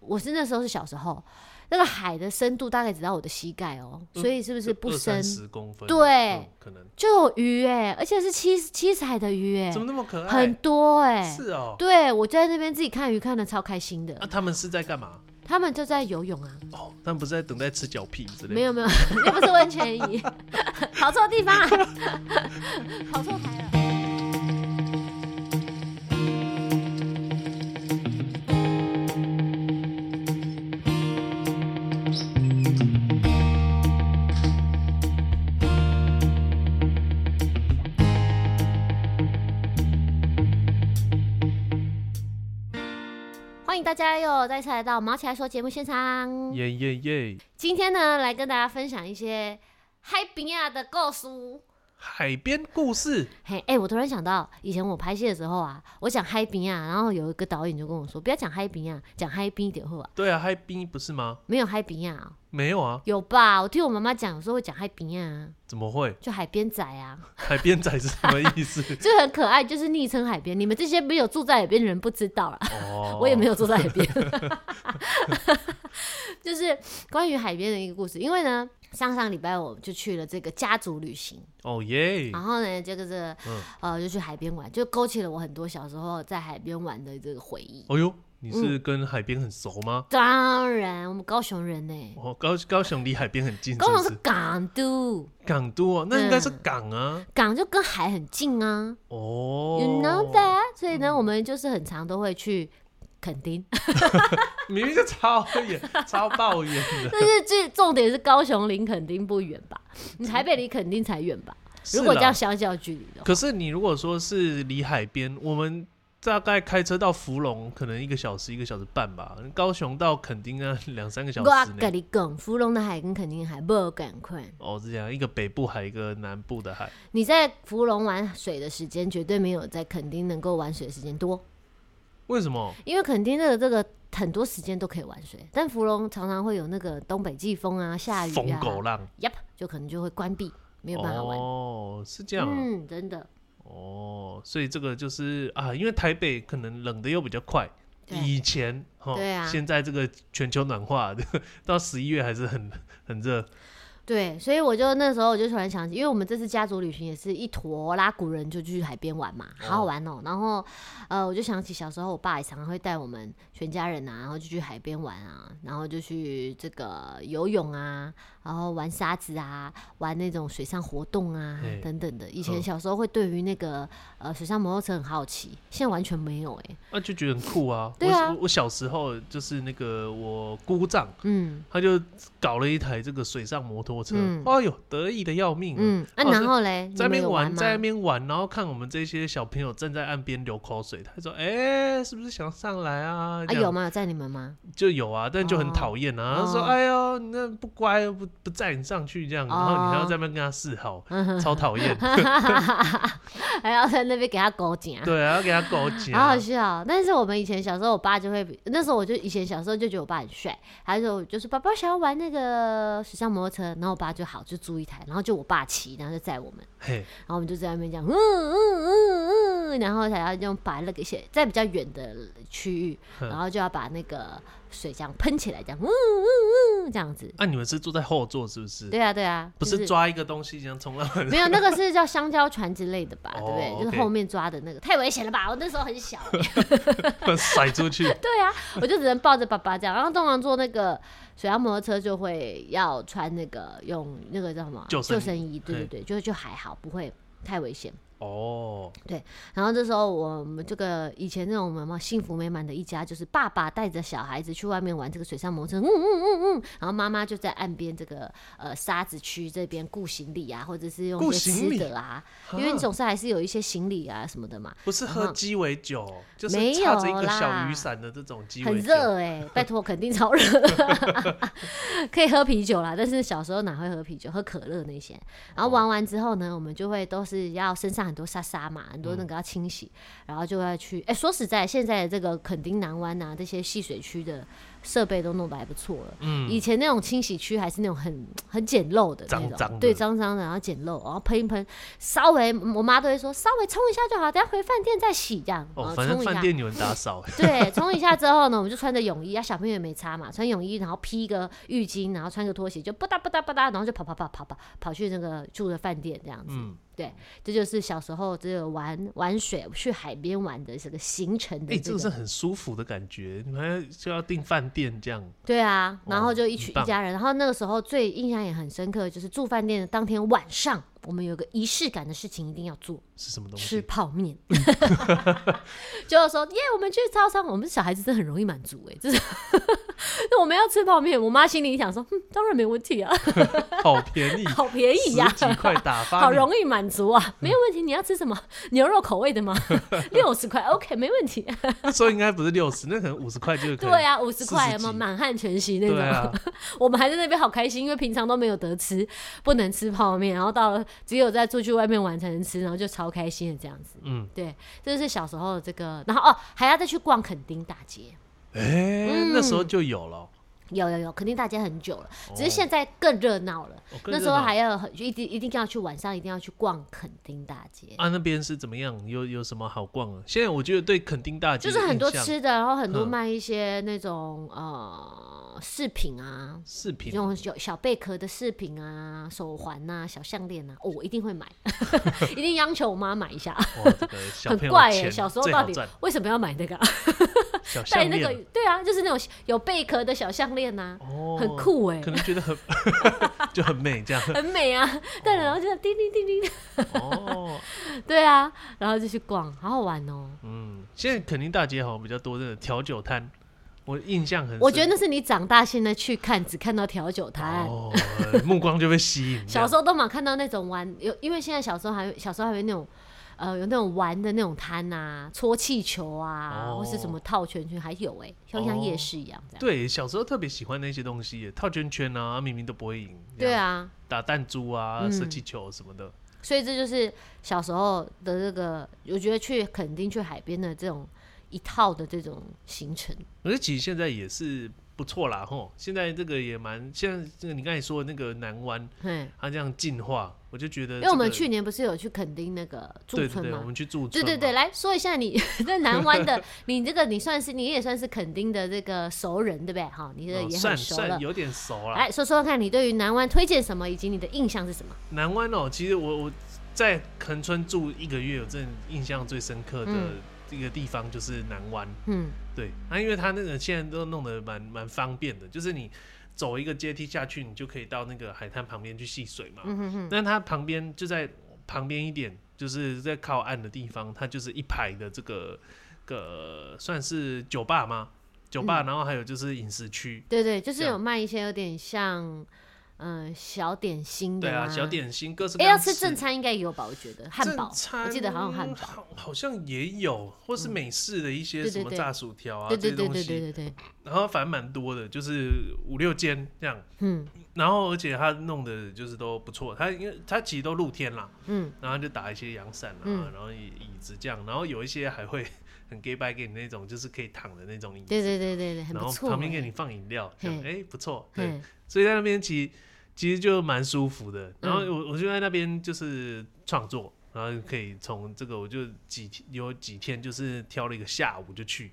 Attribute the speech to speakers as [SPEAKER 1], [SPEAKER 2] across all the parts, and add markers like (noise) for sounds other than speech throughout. [SPEAKER 1] 我是那时候是小时候，那个海的深度大概只到我的膝盖哦、
[SPEAKER 2] 嗯
[SPEAKER 1] 所以是不是不深？
[SPEAKER 2] 十公分，
[SPEAKER 1] 对
[SPEAKER 2] 嗯可能
[SPEAKER 1] 就有鱼哎、而且是七七彩的鱼哎、
[SPEAKER 2] 怎么那么可爱？
[SPEAKER 1] 很多哎、
[SPEAKER 2] 是哦，啊
[SPEAKER 1] 对我在那边自己看鱼看的超开心
[SPEAKER 2] 那
[SPEAKER 1] 的，
[SPEAKER 2] 他们是在干嘛？
[SPEAKER 1] 他们就在游泳啊，
[SPEAKER 2] 哦，他们不是在等待吃脚屁之类的？
[SPEAKER 1] 没有 (laughs) 没有，那不是温泉椅， (laughs) 跑错地方了， (laughs) 跑错台了。欢迎大家又再次来到《毛起来说》节目现场。
[SPEAKER 2] 耶耶耶！
[SPEAKER 1] 今天呢，来跟大家分享一些海边啊的故事。
[SPEAKER 2] 海边故事，
[SPEAKER 1] 嘿，哎、我突然想到，以前我拍戏的时候啊，我讲嗨边啊，然后有一个导演就跟我说，不要讲嗨边啊，讲嗨边一点会啊，
[SPEAKER 2] 对啊，海滨不是吗？
[SPEAKER 1] 没有嗨边啊，
[SPEAKER 2] 没有啊，
[SPEAKER 1] 有吧？我听我妈妈讲，有时候会讲嗨边啊，
[SPEAKER 2] 怎么会？
[SPEAKER 1] 就海边仔啊，
[SPEAKER 2] 海边仔是什么
[SPEAKER 1] (laughs)
[SPEAKER 2] 意思？
[SPEAKER 1] 就很可爱，就是昵称海边。你们这些没有住在海边的人不知道啦，
[SPEAKER 2] 哦，
[SPEAKER 1] 我也没有住在 (laughs) 海边，就是关于海边的一个故事。因为呢，上上礼拜我就去了这个家族旅行。
[SPEAKER 2] 哦耶，
[SPEAKER 1] 然后呢，这个是、
[SPEAKER 2] 嗯
[SPEAKER 1] 呃，就去海边玩，就勾起了我很多小时候在海边玩的这个回忆。
[SPEAKER 2] 哦呦，
[SPEAKER 1] 嗯
[SPEAKER 2] 你是跟海边很熟吗？
[SPEAKER 1] 当然，我们高雄人呢、
[SPEAKER 2] 哦，高高雄离海边很近，是
[SPEAKER 1] 高
[SPEAKER 2] 不
[SPEAKER 1] 雄是嗯
[SPEAKER 2] 是？
[SPEAKER 1] 港都，
[SPEAKER 2] 港都啊，那应该是港啊。
[SPEAKER 1] 港就跟海很近啊、
[SPEAKER 2] 哦嗯
[SPEAKER 1] y o u know that。所以呢，我们就是很常都会去垦丁， (laughs)
[SPEAKER 2] 明明就超远，超爆远的。
[SPEAKER 1] 但是最重点是高雄离垦丁不远吧？你台北离垦丁才远吧？如果这
[SPEAKER 2] 是啦
[SPEAKER 1] 样相较距离的话，
[SPEAKER 2] 可是你如果说是离海边，我们大概开车到芙蓉可能一个小时、一个小时半吧。高雄到垦丁啊，两三个小
[SPEAKER 1] 我
[SPEAKER 2] 时
[SPEAKER 1] 跟
[SPEAKER 2] 内。
[SPEAKER 1] 你讲，芙蓉的海跟垦丁的海不赶快。
[SPEAKER 2] 哦，是这样，一个北部海，一个南部的海。
[SPEAKER 1] 你在芙蓉玩水的时间，绝对没有在垦丁能够玩水的时间多，
[SPEAKER 2] 为什么？
[SPEAKER 1] 因为垦丁的这个很多时间都可以玩水，但芙蓉常常会有那个东北季风啊、下雨
[SPEAKER 2] 疯
[SPEAKER 1] 啊
[SPEAKER 2] 狗浪。
[SPEAKER 1] ，Yep，就可能就会关闭，没有办法玩。
[SPEAKER 2] 哦，是这样啊、
[SPEAKER 1] 嗯，真的，
[SPEAKER 2] 哦，所以这个就是啊，因为台北可能冷的又比较快。
[SPEAKER 1] 对
[SPEAKER 2] 以前哈，
[SPEAKER 1] 对啊
[SPEAKER 2] 现在这个全球暖化， (laughs) 到十一月还是很很热。
[SPEAKER 1] 对，所以我就那时候我就突然想起，因为我们这次家族旅行也是一坨拉古人就去海边玩嘛，好好玩哦、然后呃，我就想起小时候我爸也常常会带我们全家人啊，然后就去海边玩啊，然后就去这个游泳啊，然后玩沙子啊，玩那种水上活动啊
[SPEAKER 2] 嘿
[SPEAKER 1] 等等的。以前
[SPEAKER 2] 嗯
[SPEAKER 1] 小时候会对于那个呃水上摩托车很好奇，现在完全没有哎、
[SPEAKER 2] 啊，就觉得很酷啊！
[SPEAKER 1] 对啊
[SPEAKER 2] 我我我小时候就是那个我姑丈，
[SPEAKER 1] 嗯
[SPEAKER 2] 他就搞了一台这个水上摩托车，
[SPEAKER 1] 嗯
[SPEAKER 2] 哎呦，得意的要命、啊！
[SPEAKER 1] 嗯，那、
[SPEAKER 2] 哦
[SPEAKER 1] 然后嘞，
[SPEAKER 2] 在那
[SPEAKER 1] 你们
[SPEAKER 2] 边
[SPEAKER 1] 有玩
[SPEAKER 2] 玩，在那
[SPEAKER 1] 吗？
[SPEAKER 2] 边玩，然后看我们这些小朋友站在岸边流口水，他就说：“哎、是不是想上来啊？”
[SPEAKER 1] 啊
[SPEAKER 2] 这样
[SPEAKER 1] 有吗？有在你们吗？
[SPEAKER 2] 就有啊，但就很
[SPEAKER 1] 哦
[SPEAKER 2] 讨厌啊。他说：“
[SPEAKER 1] 哦
[SPEAKER 2] 哎呦，你那不乖，不不载你上去这样。”然
[SPEAKER 1] 哦
[SPEAKER 2] 后你还要在那边跟他示好，
[SPEAKER 1] 嗯
[SPEAKER 2] 超讨厌。
[SPEAKER 1] (laughs) 还要在那边给他狗夹。
[SPEAKER 2] 对啊，要给他狗夹。
[SPEAKER 1] 好好笑。但是我们以前小时候，我爸就会，那时候我就以前小时候就觉得我爸很帅，还有就是爸爸想要玩那个水上摩托车，然后我爸就好就租一台，然后就我爸骑，然后就载我们，
[SPEAKER 2] 嘿，
[SPEAKER 1] 然后我们就在外面这样，嗯嗯嗯嗯，然后才要用把那个些在比较远的区
[SPEAKER 2] (laughs)
[SPEAKER 1] 域，
[SPEAKER 2] 嗯
[SPEAKER 1] 然后就要把那个水这样喷起来，这样嗯嗯嗯这样子。
[SPEAKER 2] 那、啊你们是坐在后座是不是？
[SPEAKER 1] 对啊对啊，
[SPEAKER 2] 不
[SPEAKER 1] 就是
[SPEAKER 2] 抓一个东西这样冲到
[SPEAKER 1] (laughs) 没有，那个是叫香蕉船之类的吧，对不对？
[SPEAKER 2] 哦
[SPEAKER 1] 就是
[SPEAKER 2] OK
[SPEAKER 1] 后面抓的那个，太危险了吧！我那时候很小、
[SPEAKER 2] (laughs) 甩出
[SPEAKER 1] (laughs)
[SPEAKER 2] 去。
[SPEAKER 1] 对啊，我就只能抱着爸爸这样。然后通常坐那个水上摩托车就会要穿那个用那个叫什么啊
[SPEAKER 2] 救生衣
[SPEAKER 1] 衣，对对对，就就还好，不会太危险。
[SPEAKER 2] 哦，
[SPEAKER 1] 然后这时候我们这个以前那种什么幸福美满的一家，就是爸爸带着小孩子去外面玩这个水上摩托车，嗯嗯嗯嗯，然后妈妈就在岸边这个呃沙子区这边顾行李啊，或者是用一
[SPEAKER 2] 顾
[SPEAKER 1] 些
[SPEAKER 2] 行
[SPEAKER 1] 吃
[SPEAKER 2] 李
[SPEAKER 1] 的啊，因为你总是还是有一些行李啊什么的嘛。
[SPEAKER 2] 不是喝鸡尾酒，就是
[SPEAKER 1] 没有
[SPEAKER 2] 插着一个小
[SPEAKER 1] 啦
[SPEAKER 2] 雨伞的这种鸡
[SPEAKER 1] 很
[SPEAKER 2] 尾酒。
[SPEAKER 1] 热哎、拜托，肯定超热的， (laughs) 可以喝啤酒
[SPEAKER 2] 哦
[SPEAKER 1] 啦。但是小时候哪会喝啤酒，喝可乐那些。然后玩完之后呢，我们就会都是要升上很多沙沙嘛，很多
[SPEAKER 2] 嗯
[SPEAKER 1] 那个要清洗，然后就要去。哎、说实在，现在的这个垦丁南湾啊，这些戏水区的设备都弄得还不错了。
[SPEAKER 2] 嗯，
[SPEAKER 1] 以前那种清洗区还是那种很很简陋的那种，
[SPEAKER 2] 脏脏的
[SPEAKER 1] 对，脏脏的，然后简陋，然后喷一喷，稍微我妈都会说稍微冲一下就好，等下回饭店再洗这样，然
[SPEAKER 2] 哦，
[SPEAKER 1] 后
[SPEAKER 2] 反
[SPEAKER 1] 冲
[SPEAKER 2] 正
[SPEAKER 1] 一
[SPEAKER 2] 饭
[SPEAKER 1] 下。
[SPEAKER 2] 店有人
[SPEAKER 1] (laughs)
[SPEAKER 2] 打扫，欸
[SPEAKER 1] 对，冲一下之后呢，我们就穿着泳衣啊，小朋友也没擦嘛，穿泳衣，然后披一个浴巾，然后穿个拖鞋，就吧嗒吧嗒吧嗒，然后就跑跑跑跑跑跑去那个住的饭店这样子。
[SPEAKER 2] 嗯，
[SPEAKER 1] 这就是小时候这个玩玩水去海边玩的这个行程的
[SPEAKER 2] 哎、
[SPEAKER 1] 这
[SPEAKER 2] 这个
[SPEAKER 1] 个。
[SPEAKER 2] 是很舒服的感觉，你们还就要订饭店这样，
[SPEAKER 1] 对啊，然后
[SPEAKER 2] 哦
[SPEAKER 1] 就一群
[SPEAKER 2] 很棒
[SPEAKER 1] 一家人，然后那个时候最印象也很深刻，就是住饭店的当天晚上，我们有个仪式感的事情一定要做，
[SPEAKER 2] 是什么东
[SPEAKER 1] 吃
[SPEAKER 2] 西？嗯
[SPEAKER 1] 泡面。 (laughs) 就是说，耶，我们去超商，我们小孩子真的很容易满足哎、就是 (laughs) 那我们要吃泡面，我妈心里想说，嗯，当然没问题啊，
[SPEAKER 2] 好
[SPEAKER 1] (laughs)
[SPEAKER 2] 便宜，
[SPEAKER 1] 好便宜呀、
[SPEAKER 2] 哎十几块打发，
[SPEAKER 1] 好容易满足啊，没有问题。你要吃什
[SPEAKER 2] (laughs)
[SPEAKER 1] 么牛肉口味的吗？ (laughs) 六十块，OK，没问题。
[SPEAKER 2] 那时候应该不是六十，那可能五十块就可以。
[SPEAKER 1] 对啊，五十块
[SPEAKER 2] 40
[SPEAKER 1] 有没有
[SPEAKER 2] 几
[SPEAKER 1] 满汉全席那
[SPEAKER 2] 对
[SPEAKER 1] 种？
[SPEAKER 2] 啊，
[SPEAKER 1] 我们还在那边好开心，因为平常都没有得吃，不能吃泡面，然后到了只有在出去外面玩才能吃，然后就超开心的这样子。
[SPEAKER 2] 嗯，
[SPEAKER 1] 对，这就是小时候的这个，然后哦还要再去逛垦丁大街，
[SPEAKER 2] 哎、
[SPEAKER 1] 嗯
[SPEAKER 2] 那时候就有了哦，
[SPEAKER 1] 有有有，垦丁大街很久了，只是
[SPEAKER 2] 哦
[SPEAKER 1] 现在更热闹了。
[SPEAKER 2] 哦更
[SPEAKER 1] 那
[SPEAKER 2] 热
[SPEAKER 1] 时候
[SPEAKER 2] 闹
[SPEAKER 1] 还要很一定一定要去晚上一定要去逛垦丁大街，
[SPEAKER 2] 啊，那边是怎么样？有有什么好逛的？现在我觉得对垦丁大街
[SPEAKER 1] 就是
[SPEAKER 2] 的
[SPEAKER 1] 很
[SPEAKER 2] 印
[SPEAKER 1] 多
[SPEAKER 2] 象
[SPEAKER 1] 吃的，然后很多
[SPEAKER 2] 嗯
[SPEAKER 1] 卖一些那种呃饰品啊，
[SPEAKER 2] 饰
[SPEAKER 1] 这
[SPEAKER 2] 品
[SPEAKER 1] 种小小贝壳的饰品啊、手环呐、小项链呐，哦，我一定会买， (laughs) 一定央求我妈买一下。
[SPEAKER 2] 哇，这个小
[SPEAKER 1] 很
[SPEAKER 2] 朋友
[SPEAKER 1] 怪耶、
[SPEAKER 2] 耶，
[SPEAKER 1] 小时候
[SPEAKER 2] 最
[SPEAKER 1] 到
[SPEAKER 2] 好
[SPEAKER 1] 底
[SPEAKER 2] 赚
[SPEAKER 1] 为什么要买那个、啊？
[SPEAKER 2] 小项
[SPEAKER 1] 戴
[SPEAKER 2] 链
[SPEAKER 1] 那个对啊，就是那种有贝壳的小项链呐，
[SPEAKER 2] 哦，
[SPEAKER 1] 很，酷哎、
[SPEAKER 2] 可能哦觉
[SPEAKER 1] (laughs)
[SPEAKER 2] 得很就很美这样
[SPEAKER 1] 很美啊。戴了然后就叮叮叮叮， (laughs)
[SPEAKER 2] 哦，
[SPEAKER 1] 对啊，然后就去逛，好好玩哦、
[SPEAKER 2] 嗯，现在垦丁大街好像比较多这个调酒摊，我印象很深，
[SPEAKER 1] 我觉得那是你长大现在去看，只看到调酒摊。，
[SPEAKER 2] 哦，目光就被吸引
[SPEAKER 1] 小时
[SPEAKER 2] 候
[SPEAKER 1] 候都嘛看到那种玩，有因为现在小时候还有小时候还有那种，呃，有那种玩的那种摊啊，搓气球啊，
[SPEAKER 2] 哦
[SPEAKER 1] 或是什么套圈圈，还有哎、就像
[SPEAKER 2] 哦
[SPEAKER 1] 夜市一样这样。
[SPEAKER 2] 对小时候特别喜欢那些东西耶，套圈圈啊，明明都不会赢，这
[SPEAKER 1] 对
[SPEAKER 2] 样，
[SPEAKER 1] 啊，
[SPEAKER 2] 打弹珠啊，
[SPEAKER 1] 嗯
[SPEAKER 2] 射气球什么的，
[SPEAKER 1] 所以这就是小时候的这个，我觉得去垦丁去海边的这种一套的这种行程。
[SPEAKER 2] 可是其实现在也是不错啦，吼！现在这个也蛮，现在这个你刚才说的那个南湾，
[SPEAKER 1] 嗯，
[SPEAKER 2] 它这样进化，我就觉得、
[SPEAKER 1] 因为我们去年不是有去垦丁那个驻
[SPEAKER 2] 呃对对
[SPEAKER 1] 村
[SPEAKER 2] 对，我
[SPEAKER 1] 吗？
[SPEAKER 2] 们去驻
[SPEAKER 1] 对
[SPEAKER 2] 村，
[SPEAKER 1] 对对，，来说一下你 (laughs) 在南湾
[SPEAKER 2] (laughs)
[SPEAKER 1] 的，你这个你算是你也算是垦丁的这个熟人对不对？哈，你这个
[SPEAKER 2] 哦、
[SPEAKER 1] 也
[SPEAKER 2] 算
[SPEAKER 1] 很熟了
[SPEAKER 2] 算。有点熟啦。
[SPEAKER 1] 来说说看，你对于南湾推荐什么，以及你的印象是什么？
[SPEAKER 2] 南湾哦，其实我我在垦村住一个月，我真的印象最深刻的
[SPEAKER 1] 嗯
[SPEAKER 2] 一个地方就是南湾。
[SPEAKER 1] 嗯，
[SPEAKER 2] 对，那、因为它那个现在都弄得蛮蛮方便的，就是你走一个阶梯下去，你就可以到那个海滩旁边去戏水嘛。
[SPEAKER 1] 嗯哼哼，
[SPEAKER 2] 那它旁边就在旁边一点，就是在靠岸的地方，它就是一排的这个个算是酒吧吗？酒
[SPEAKER 1] 嗯
[SPEAKER 2] 吧，然后还有就是饮食区，
[SPEAKER 1] 对对，就是
[SPEAKER 2] 这样
[SPEAKER 1] 有卖一些有点像，嗯、小点心的
[SPEAKER 2] 对
[SPEAKER 1] 啦
[SPEAKER 2] 啊，小。点心各式各
[SPEAKER 1] 哎，
[SPEAKER 2] 样。
[SPEAKER 1] 要吃正，餐应该也有吧？我觉得汉堡
[SPEAKER 2] 正，餐
[SPEAKER 1] 我记得好像有汉堡。
[SPEAKER 2] 好，好像也有，或是美式的一些
[SPEAKER 1] 嗯对
[SPEAKER 2] 什
[SPEAKER 1] 对
[SPEAKER 2] 么
[SPEAKER 1] 对
[SPEAKER 2] 炸薯条啊
[SPEAKER 1] 对对
[SPEAKER 2] 这些
[SPEAKER 1] 对
[SPEAKER 2] 东
[SPEAKER 1] 对对
[SPEAKER 2] 西，
[SPEAKER 1] 对对，
[SPEAKER 2] 然后反正蛮多的，就是五六间这样。
[SPEAKER 1] 嗯
[SPEAKER 2] 然后而且他弄的就是都不错，他因为他其实都露天啦，
[SPEAKER 1] 嗯，
[SPEAKER 2] 然后就打一些阳伞啊，
[SPEAKER 1] 嗯
[SPEAKER 2] 然后椅椅子这样，然后有一些还会很 gay bye 给你那种就是可以躺的那种椅子，
[SPEAKER 1] 对对对对对，很
[SPEAKER 2] 然
[SPEAKER 1] 不
[SPEAKER 2] 后
[SPEAKER 1] 错欸。
[SPEAKER 2] 旁边给你放饮料，这样哎、
[SPEAKER 1] 嘿
[SPEAKER 2] 不错，对，
[SPEAKER 1] 嗯，
[SPEAKER 2] 所以在那边其实其实就蛮舒服的。然后
[SPEAKER 1] 嗯
[SPEAKER 2] 我我就在那边就是创作，然后可以从这个我就几天有几天就是挑了一个下午就去，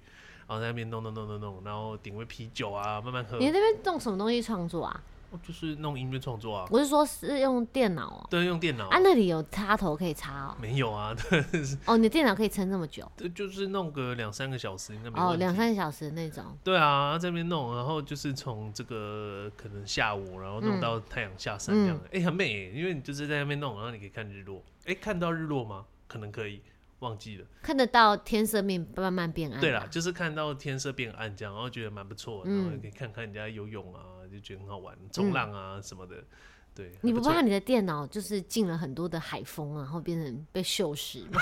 [SPEAKER 2] 然后在那边弄弄弄弄弄，然后点杯啤酒啊，慢慢喝哦
[SPEAKER 1] 你，在那边弄什么东西创作啊？
[SPEAKER 2] 就是弄音乐创作啊，
[SPEAKER 1] 我是说，是用电脑哦。
[SPEAKER 2] 都用电脑
[SPEAKER 1] 啊，那里有插头可以插哦。
[SPEAKER 2] 没有啊， (laughs)
[SPEAKER 1] 哦，你的电脑可以撑这么久？
[SPEAKER 2] 就是弄个两三个小时应该没问题。
[SPEAKER 1] 哦，两三个小时那种。
[SPEAKER 2] 对啊，这边弄，然后就是从这个可能下午，然后
[SPEAKER 1] 嗯
[SPEAKER 2] 弄到太阳下山这样，哎、很美耶，因为你就是在那边弄，然后你可以看日落。哎、看到日落吗？可能可以，忘记了。
[SPEAKER 1] 看得到天色面慢慢变暗、啊。
[SPEAKER 2] 对啦，就是看到天色变暗这样，然后觉得蛮不错，然后
[SPEAKER 1] 嗯
[SPEAKER 2] 可以看看人家游泳啊，就觉得很好玩，冲浪啊什么的。对，还
[SPEAKER 1] 你不
[SPEAKER 2] 错
[SPEAKER 1] 怕你的电脑就是进了很多的海风啊，然后变成被锈蚀
[SPEAKER 2] (laughs)
[SPEAKER 1] 吗？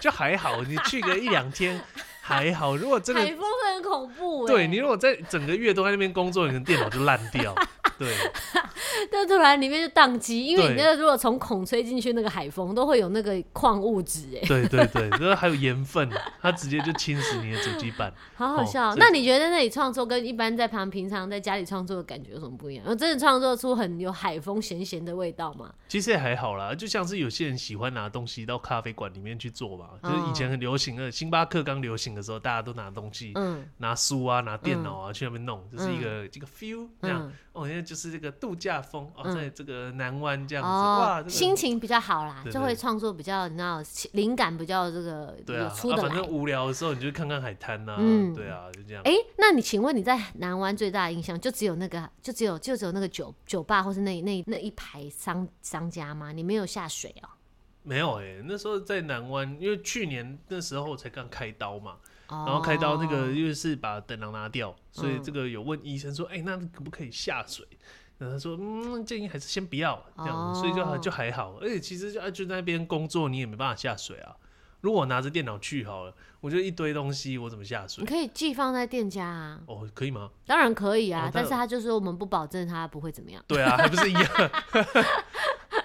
[SPEAKER 2] 就还好，你去个一两
[SPEAKER 1] (laughs)
[SPEAKER 2] 天还好。如果真的
[SPEAKER 1] 海风是很恐怖哎、
[SPEAKER 2] 对你如果在整个月都在那边工作，你的电脑就烂掉。对，
[SPEAKER 1] (laughs) 但突然里面就宕机，因为
[SPEAKER 2] 对
[SPEAKER 1] 你那个如果从孔吹进去那个海风，都会有那个矿物质，哎，
[SPEAKER 2] 对对对，然后还有盐分，它直接就侵蚀你的主机板。
[SPEAKER 1] (laughs) 好好
[SPEAKER 2] 哦
[SPEAKER 1] 笑哦。
[SPEAKER 2] 这
[SPEAKER 1] 那你觉得在那里创作跟一般在旁平常在家里创作的感觉有什么不一样？然后真的创作出很有海风咸咸的味道吗？
[SPEAKER 2] 其实也还好啦，就像是有些人喜欢拿东西到咖啡馆里面去做吧，就是以前很流行的，星巴克刚流行的时候，大家都拿东西，
[SPEAKER 1] 哦嗯
[SPEAKER 2] 拿书啊，拿电脑啊、去那边弄，就是一个这个 feel 这样。
[SPEAKER 1] 嗯，
[SPEAKER 2] 哦，现在就是这个度假风哦，
[SPEAKER 1] 嗯
[SPEAKER 2] 在这个南湾这样子，哇，
[SPEAKER 1] 哦
[SPEAKER 2] 这，个
[SPEAKER 1] 心情比较好啦，
[SPEAKER 2] 对
[SPEAKER 1] 就
[SPEAKER 2] 对
[SPEAKER 1] 会创作比较你知道灵感比较这个
[SPEAKER 2] 对
[SPEAKER 1] 有
[SPEAKER 2] 啊，
[SPEAKER 1] 出
[SPEAKER 2] 啊，
[SPEAKER 1] 的
[SPEAKER 2] 反
[SPEAKER 1] 来
[SPEAKER 2] 正。无聊的时候你就看看海滩呐、
[SPEAKER 1] 嗯
[SPEAKER 2] 对啊，就这样。
[SPEAKER 1] 哎、那你请问你在南湾最大的印象就只有那个，就只有就只有那个酒酒吧或是那那那一排商商家吗？你没有下水哦、
[SPEAKER 2] 没有哎、那时候在南湾，因为去年那时候才刚开刀嘛，
[SPEAKER 1] 哦，嗯
[SPEAKER 2] 然后开刀那个又是把灯囊拿掉，所以这个有问医生说，哎、那可不可以下水？然后他说，嗯，建议还是先不要这样子，所以就还
[SPEAKER 1] 哦
[SPEAKER 2] 就还好。而且其实就啊就在那边工作，你也没办法下水啊。如果我拿着电脑去好了，我就一堆东西，我怎么下水
[SPEAKER 1] 你？可以寄放在店家啊，
[SPEAKER 2] 哦，可以吗？
[SPEAKER 1] 当然可以啊，
[SPEAKER 2] 哦但
[SPEAKER 1] 但是他就说我们不保证他不会怎么样。
[SPEAKER 2] 对啊，还 (laughs) 不是一样。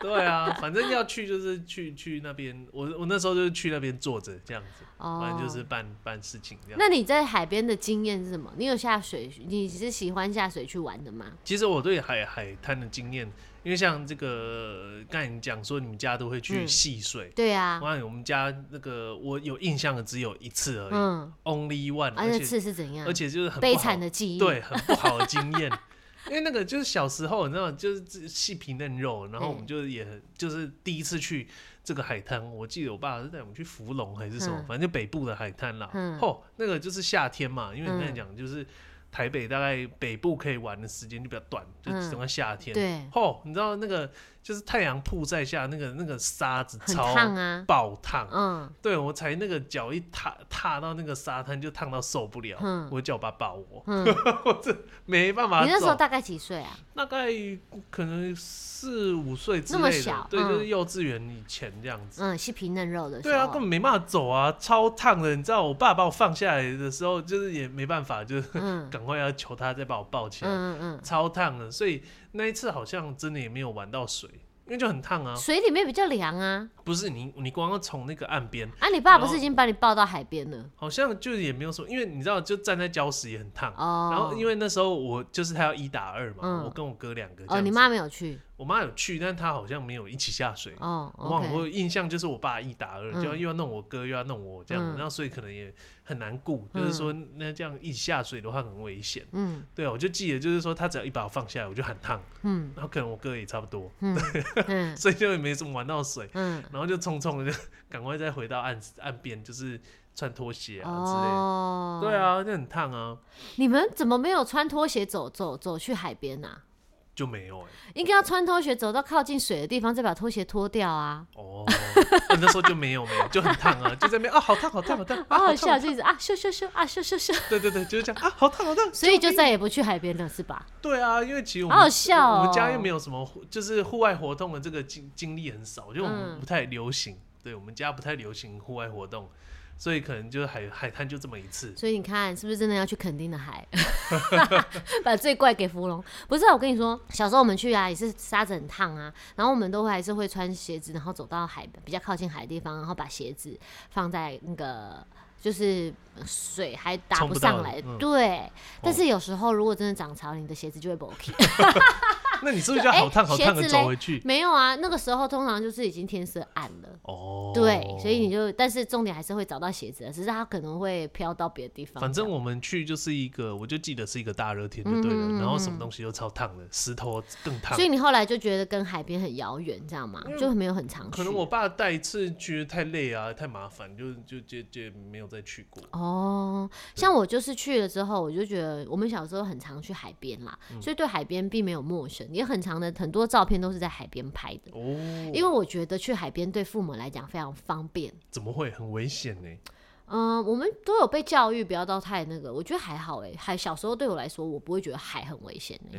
[SPEAKER 2] 对啊，反正要去就是去去那边，我我那时候就是去那边坐着这样子，
[SPEAKER 1] 哦，
[SPEAKER 2] 反正就是办办事情这样。
[SPEAKER 1] 那你在海边的经验是什么？你有下水，你是喜欢下水去玩的吗？
[SPEAKER 2] 其实我对海海滩的经验，因为像这个刚才你讲说你们家都会去
[SPEAKER 1] 嗯
[SPEAKER 2] 戏水，
[SPEAKER 1] 对啊，
[SPEAKER 2] 我、我们家那个我有印象的只有一次而已、
[SPEAKER 1] 嗯，
[SPEAKER 2] o n l y one，、
[SPEAKER 1] 啊，
[SPEAKER 2] 而
[SPEAKER 1] 那
[SPEAKER 2] 且
[SPEAKER 1] 次是怎样
[SPEAKER 2] 而？且就是很
[SPEAKER 1] 悲
[SPEAKER 2] 不好
[SPEAKER 1] 惨的记忆。，
[SPEAKER 2] 对，很不好的经验。因为那个就是小时候，你知道，就是自细皮嫩肉，然后我们
[SPEAKER 1] 嗯
[SPEAKER 2] 就是也很就是第一次去这个海滩，我记得我爸是带我们去福隆还是什么，
[SPEAKER 1] 嗯
[SPEAKER 2] 反正就北部的海滩啦。
[SPEAKER 1] 嗯
[SPEAKER 2] 哦，那个就是夏天嘛，因为你刚才
[SPEAKER 1] 嗯
[SPEAKER 2] 讲就是台北大概北部可以玩的时间就比较短，就
[SPEAKER 1] 嗯
[SPEAKER 2] 整个夏天。
[SPEAKER 1] 对
[SPEAKER 2] 哦，你知道那个就是太阳曝晒下那个那个沙子
[SPEAKER 1] 很
[SPEAKER 2] 超
[SPEAKER 1] 烫啊，
[SPEAKER 2] 爆烫，
[SPEAKER 1] 嗯，
[SPEAKER 2] 对我才那个脚一踏踏到那个沙滩就烫到受不了，
[SPEAKER 1] 嗯
[SPEAKER 2] 我叫我爸抱 (laughs) 我。
[SPEAKER 1] 嗯，你
[SPEAKER 2] 没办法走。
[SPEAKER 1] 那时候大概几岁啊？
[SPEAKER 2] 大概可能四五岁之
[SPEAKER 1] 那
[SPEAKER 2] 类的，
[SPEAKER 1] 么小
[SPEAKER 2] 对，
[SPEAKER 1] 嗯
[SPEAKER 2] 就是幼稚园以前这样子。
[SPEAKER 1] 嗯，细皮嫩肉的时
[SPEAKER 2] 对
[SPEAKER 1] 候。
[SPEAKER 2] 啊，根本没办法走啊，超烫的。你知道我爸把我放下来的时候，就是也没办法，就是
[SPEAKER 1] 嗯
[SPEAKER 2] 赶快要求他再把我抱起来，
[SPEAKER 1] 嗯嗯
[SPEAKER 2] 超烫的。所以那一次好像真的也没有玩到水，因为就很烫啊
[SPEAKER 1] 嗯，。水里面比较凉啊。
[SPEAKER 2] 不是你，你光要从那个岸边，
[SPEAKER 1] 啊，你爸不
[SPEAKER 2] 然后
[SPEAKER 1] 是已经把你抱到海边了？
[SPEAKER 2] 好像就也没有什么，因为你知道，就站在礁石也很烫。
[SPEAKER 1] 哦，
[SPEAKER 2] 嗯然后因为那时候我就是他要一打二嘛，
[SPEAKER 1] 嗯
[SPEAKER 2] 我跟我哥两个这
[SPEAKER 1] 哦，
[SPEAKER 2] 样
[SPEAKER 1] 你
[SPEAKER 2] 子
[SPEAKER 1] 妈没有去
[SPEAKER 2] 我妈有去，但她好像没有一起下水。
[SPEAKER 1] 哦
[SPEAKER 2] 我忘了，我
[SPEAKER 1] ，OK，
[SPEAKER 2] 有印象就是我爸一打二，
[SPEAKER 1] 嗯
[SPEAKER 2] 就要又要弄我哥，又要弄我这
[SPEAKER 1] 嗯
[SPEAKER 2] 样，然后所以可能也很难顾，就是说那这样一起下水的话很危险。
[SPEAKER 1] 嗯
[SPEAKER 2] 对啊，我就记得就是说他只要一把我放下来，我就很
[SPEAKER 1] (laughs)
[SPEAKER 2] 烫，
[SPEAKER 1] 嗯
[SPEAKER 2] 然后可能我哥也差不多，
[SPEAKER 1] 嗯嗯
[SPEAKER 2] 所以就也没怎么玩到水， (laughs)
[SPEAKER 1] 嗯，
[SPEAKER 2] 然后就匆匆的就赶快再回到岸岸边，就是穿拖鞋啊之类的。
[SPEAKER 1] 哦，
[SPEAKER 2] 对，啊，就很烫啊，
[SPEAKER 1] 你们怎么没有穿拖鞋走走走去海边啊？
[SPEAKER 2] 就没有哎、
[SPEAKER 1] 应该要穿拖鞋走到靠近水的地方，再把拖鞋脱掉
[SPEAKER 2] (laughs)
[SPEAKER 1] 啊！
[SPEAKER 2] 哦，那时候就没有没有，就很烫啊，就在那边啊，好烫好烫好烫，啊
[SPEAKER 1] (laughs) 好好
[SPEAKER 2] 烫
[SPEAKER 1] 笑，就一直啊咻咻咻啊咻咻咻，
[SPEAKER 2] 对对对，就是这样啊，好烫好烫。
[SPEAKER 1] 所以就再也不去海边了，是吧？
[SPEAKER 2] 对啊，因为其实我
[SPEAKER 1] 好
[SPEAKER 2] 们
[SPEAKER 1] 好笑哦
[SPEAKER 2] 我们家又没有什么户就是户外活动的这个经经历很少，就我们
[SPEAKER 1] 嗯
[SPEAKER 2] 不太流行，对我们家不太流行户外活动，所以可能就是海海滩就这么一次。
[SPEAKER 1] 所以你看，是不是真的要去垦丁的海， (laughs) 把最怪给芙蓉？不是、啊，我跟你说，小时候我们去啊，也是沙子很烫啊，然后我们都会还是会穿鞋子，然后走到海比较靠近海的地方，然后把鞋子放在那个就是呃水还打
[SPEAKER 2] 冲
[SPEAKER 1] 不
[SPEAKER 2] 不到
[SPEAKER 1] 上
[SPEAKER 2] 的
[SPEAKER 1] 来，
[SPEAKER 2] 嗯
[SPEAKER 1] 对。但是有时候如果真的涨潮，你的鞋子就会 b o
[SPEAKER 2] (laughs)
[SPEAKER 1] k
[SPEAKER 2] 那你是不是就
[SPEAKER 1] 哎
[SPEAKER 2] 好烫好烫的
[SPEAKER 1] 鞋子嘞
[SPEAKER 2] 走回去？
[SPEAKER 1] 没有啊，那个时候通常就是已经天色暗了。
[SPEAKER 2] 哦，
[SPEAKER 1] 对，所以你就，但是重点还是会找到鞋子的，啊只是它可能会飘到别的地方。
[SPEAKER 2] 反正我们去就是一个，我就记得是一个大热天就对
[SPEAKER 1] 嗯
[SPEAKER 2] 了，然后什么东西都超烫的，石头更烫
[SPEAKER 1] 所。以你后来就觉得跟海边很遥远，这样吗？就没有很常去。
[SPEAKER 2] 嗯可能我爸带一次觉得太累啊，太麻烦，就就就就没有再去过。
[SPEAKER 1] 哦，像我就是去了之后，我就觉得我们小时候很常去海边啦，
[SPEAKER 2] 嗯
[SPEAKER 1] 所以对海边并没有陌生，也很常的很多照片都是在海边拍的。
[SPEAKER 2] 哦，
[SPEAKER 1] 因为我觉得去海边对父母来讲非常方便，
[SPEAKER 2] 怎么会很危险呢？
[SPEAKER 1] 嗯，我们都有被教育不要到太那个，我觉得还好哎、海小时候对我来说，我不会觉得海很危险哎、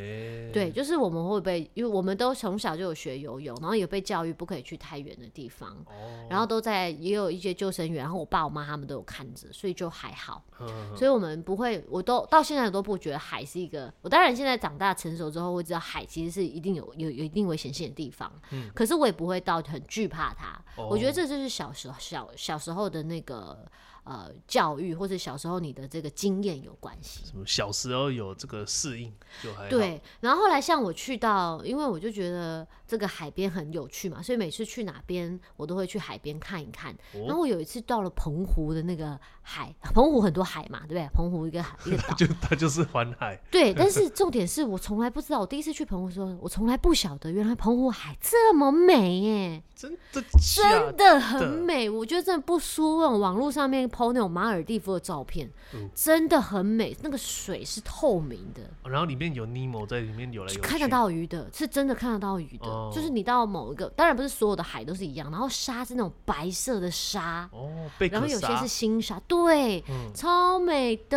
[SPEAKER 2] 哎，
[SPEAKER 1] 对，，就是我们会被，因为我们都从小就有学游泳，然后也被教育不可以去太远的地方，
[SPEAKER 2] 哦，
[SPEAKER 1] 然后都在也有一些救生员，然后我爸我妈他们都有看着，所以就还好。
[SPEAKER 2] 嗯
[SPEAKER 1] 所以我们不会，我都到现在都不觉得海是一个。我当然现在长大成熟之后会知道海其实是一定有有有一定危险性的地方，
[SPEAKER 2] 嗯
[SPEAKER 1] 可是我也不会到很惧怕它。
[SPEAKER 2] 哦
[SPEAKER 1] 我觉得这就是小时候小小时候的那个呃教育，或者小时候你的这个经验有关系。
[SPEAKER 2] 什么小时候有这个适应就还好，
[SPEAKER 1] 对，然后后来像我去到，因为我就觉得这个海边很有趣嘛，所以每次去哪边我都会去海边看一看。
[SPEAKER 2] 哦
[SPEAKER 1] 然后我有一次到了澎湖的那个海，澎湖很多海嘛，对不对？澎湖一个海一个
[SPEAKER 2] (laughs)
[SPEAKER 1] 岛
[SPEAKER 2] (laughs) ，就他就是环海，
[SPEAKER 1] 对，但是重点是我从来不知道，我第一次去澎湖的时候，我从来不晓得原来澎湖海这么美耶，
[SPEAKER 2] 真的假
[SPEAKER 1] 真的很
[SPEAKER 2] 的
[SPEAKER 1] 美。我觉得真的不输那种网络上面 PO 那种马尔蒂夫的照片，
[SPEAKER 2] 嗯
[SPEAKER 1] 真的很美。那个水是透明的，
[SPEAKER 2] 然后里面有尼莫在里面游来游去，
[SPEAKER 1] 看得到鱼的，是真的看得到鱼的。
[SPEAKER 2] 哦
[SPEAKER 1] 就是你到某一个，当然不是所有的海都是一样，然后沙是那种白色的沙，
[SPEAKER 2] 哦，贝
[SPEAKER 1] 然
[SPEAKER 2] 壳
[SPEAKER 1] 后有些
[SPEAKER 2] 鲨
[SPEAKER 1] 是新沙，对，
[SPEAKER 2] 嗯
[SPEAKER 1] 超美的。
[SPEAKER 2] (laughs)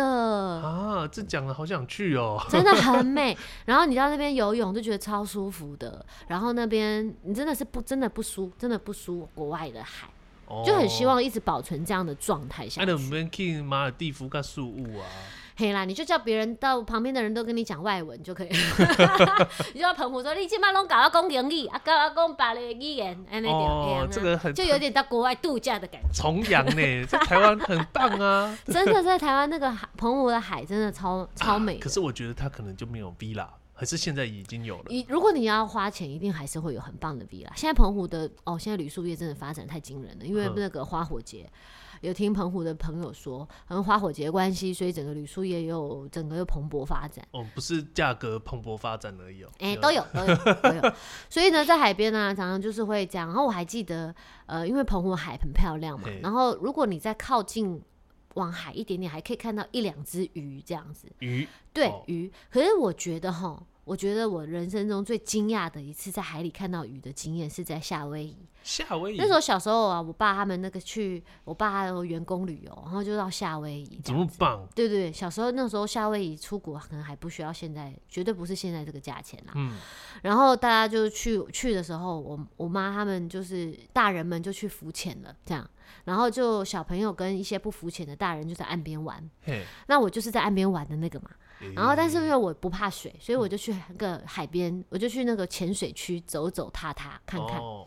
[SPEAKER 2] 啊，这讲的好想去哦，
[SPEAKER 1] 真的很美。然后你到那边游泳就觉得超舒服的，然后那边你真的是不真的不输，真的不输国外的海，
[SPEAKER 2] 哦
[SPEAKER 1] 就很希望一直保存这样的状态下
[SPEAKER 2] 哎，那我
[SPEAKER 1] 去。
[SPEAKER 2] 们去马尔蒂夫跟宿务啊，
[SPEAKER 1] 嘿啦，你就叫别人到旁边的人都跟你讲外文就可以了，
[SPEAKER 2] (laughs)
[SPEAKER 1] 你就要澎湖说你今麦拢搞到讲英语，啊搞到讲别的语言，啊安尼就
[SPEAKER 2] 哦，这个很
[SPEAKER 1] 就有点到国外度假的感觉。
[SPEAKER 2] 重阳呢，在台湾很棒啊。
[SPEAKER 1] 真的在台湾那个海澎湖的海真的超超美
[SPEAKER 2] 啊可
[SPEAKER 1] 的。
[SPEAKER 2] 是我觉得他可能就没有 V 啦，还是现在已经有了。
[SPEAKER 1] 一如果你要花钱，一定还是会有很棒的 V 啦。现在澎湖的哦，现在旅宿业真的发展太惊人了，因为
[SPEAKER 2] 嗯
[SPEAKER 1] 那个花火节。有听澎湖的朋友说，可能花火节的关系，所以整个旅宿业又整个又蓬勃发展。
[SPEAKER 2] 哦，不是价格蓬勃发展而已哦，
[SPEAKER 1] 哎、都有都有都有， (laughs) 所以呢，在海边呢、常常就是会这样。然后我还记得，呃，因为澎湖海很漂亮嘛
[SPEAKER 2] 嘿，
[SPEAKER 1] 然后如果你再靠近往海一点点，还可以看到一两只鱼这样子。
[SPEAKER 2] 鱼
[SPEAKER 1] 对
[SPEAKER 2] 哦
[SPEAKER 1] 鱼，可是我觉得哈，我觉得我人生中最惊讶的一次在海里看到鱼的经验是在夏威夷。
[SPEAKER 2] 夏威夷
[SPEAKER 1] 那时候小时候啊，我爸他们那个去，我爸还有员工旅游，然后就到夏威夷。
[SPEAKER 2] 怎么棒？
[SPEAKER 1] 对对，对小时候那时候夏威夷出国可能还不需要现在，绝对不是现在这个价钱啦、
[SPEAKER 2] 嗯，
[SPEAKER 1] 然后大家就去去的时候，我我妈他们就是大人们就去浮潜了，这样，然后就小朋友跟一些不浮潜的大人就在岸边玩。
[SPEAKER 2] 嘿，
[SPEAKER 1] 那我就是在岸边玩的那个嘛，
[SPEAKER 2] 嗯
[SPEAKER 1] 然后，但是因
[SPEAKER 2] 诶
[SPEAKER 1] 为我不怕水，所以我
[SPEAKER 2] 嗯
[SPEAKER 1] 就去那个海边，我就去那个浅水区走走踏踏看看。
[SPEAKER 2] 哦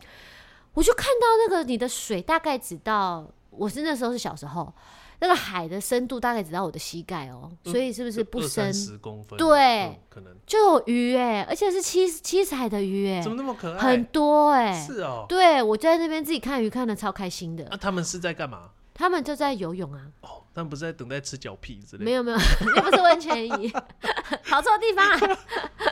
[SPEAKER 1] 我就看到那个你的水大概只到，我是那时候是小时候，那个海的深度大概只到我的膝盖哦、
[SPEAKER 2] 嗯
[SPEAKER 1] 所以是不是不
[SPEAKER 2] 二
[SPEAKER 1] 深
[SPEAKER 2] 三？十公分，
[SPEAKER 1] 对
[SPEAKER 2] 嗯，可能
[SPEAKER 1] 就有鱼哎、而且是七七彩的鱼哎、
[SPEAKER 2] 怎么那么可爱？
[SPEAKER 1] 很多哎、
[SPEAKER 2] 是哦，
[SPEAKER 1] 对，我就在那边自己看鱼，看的超开心的。
[SPEAKER 2] 那他们是在干嘛？
[SPEAKER 1] 他们就在游泳啊，
[SPEAKER 2] 哦，他们不是在等待吃脚屁之类的？
[SPEAKER 1] 没有没 (laughs) 有，那不是温泉椅， (laughs) 跑错地方了， (laughs)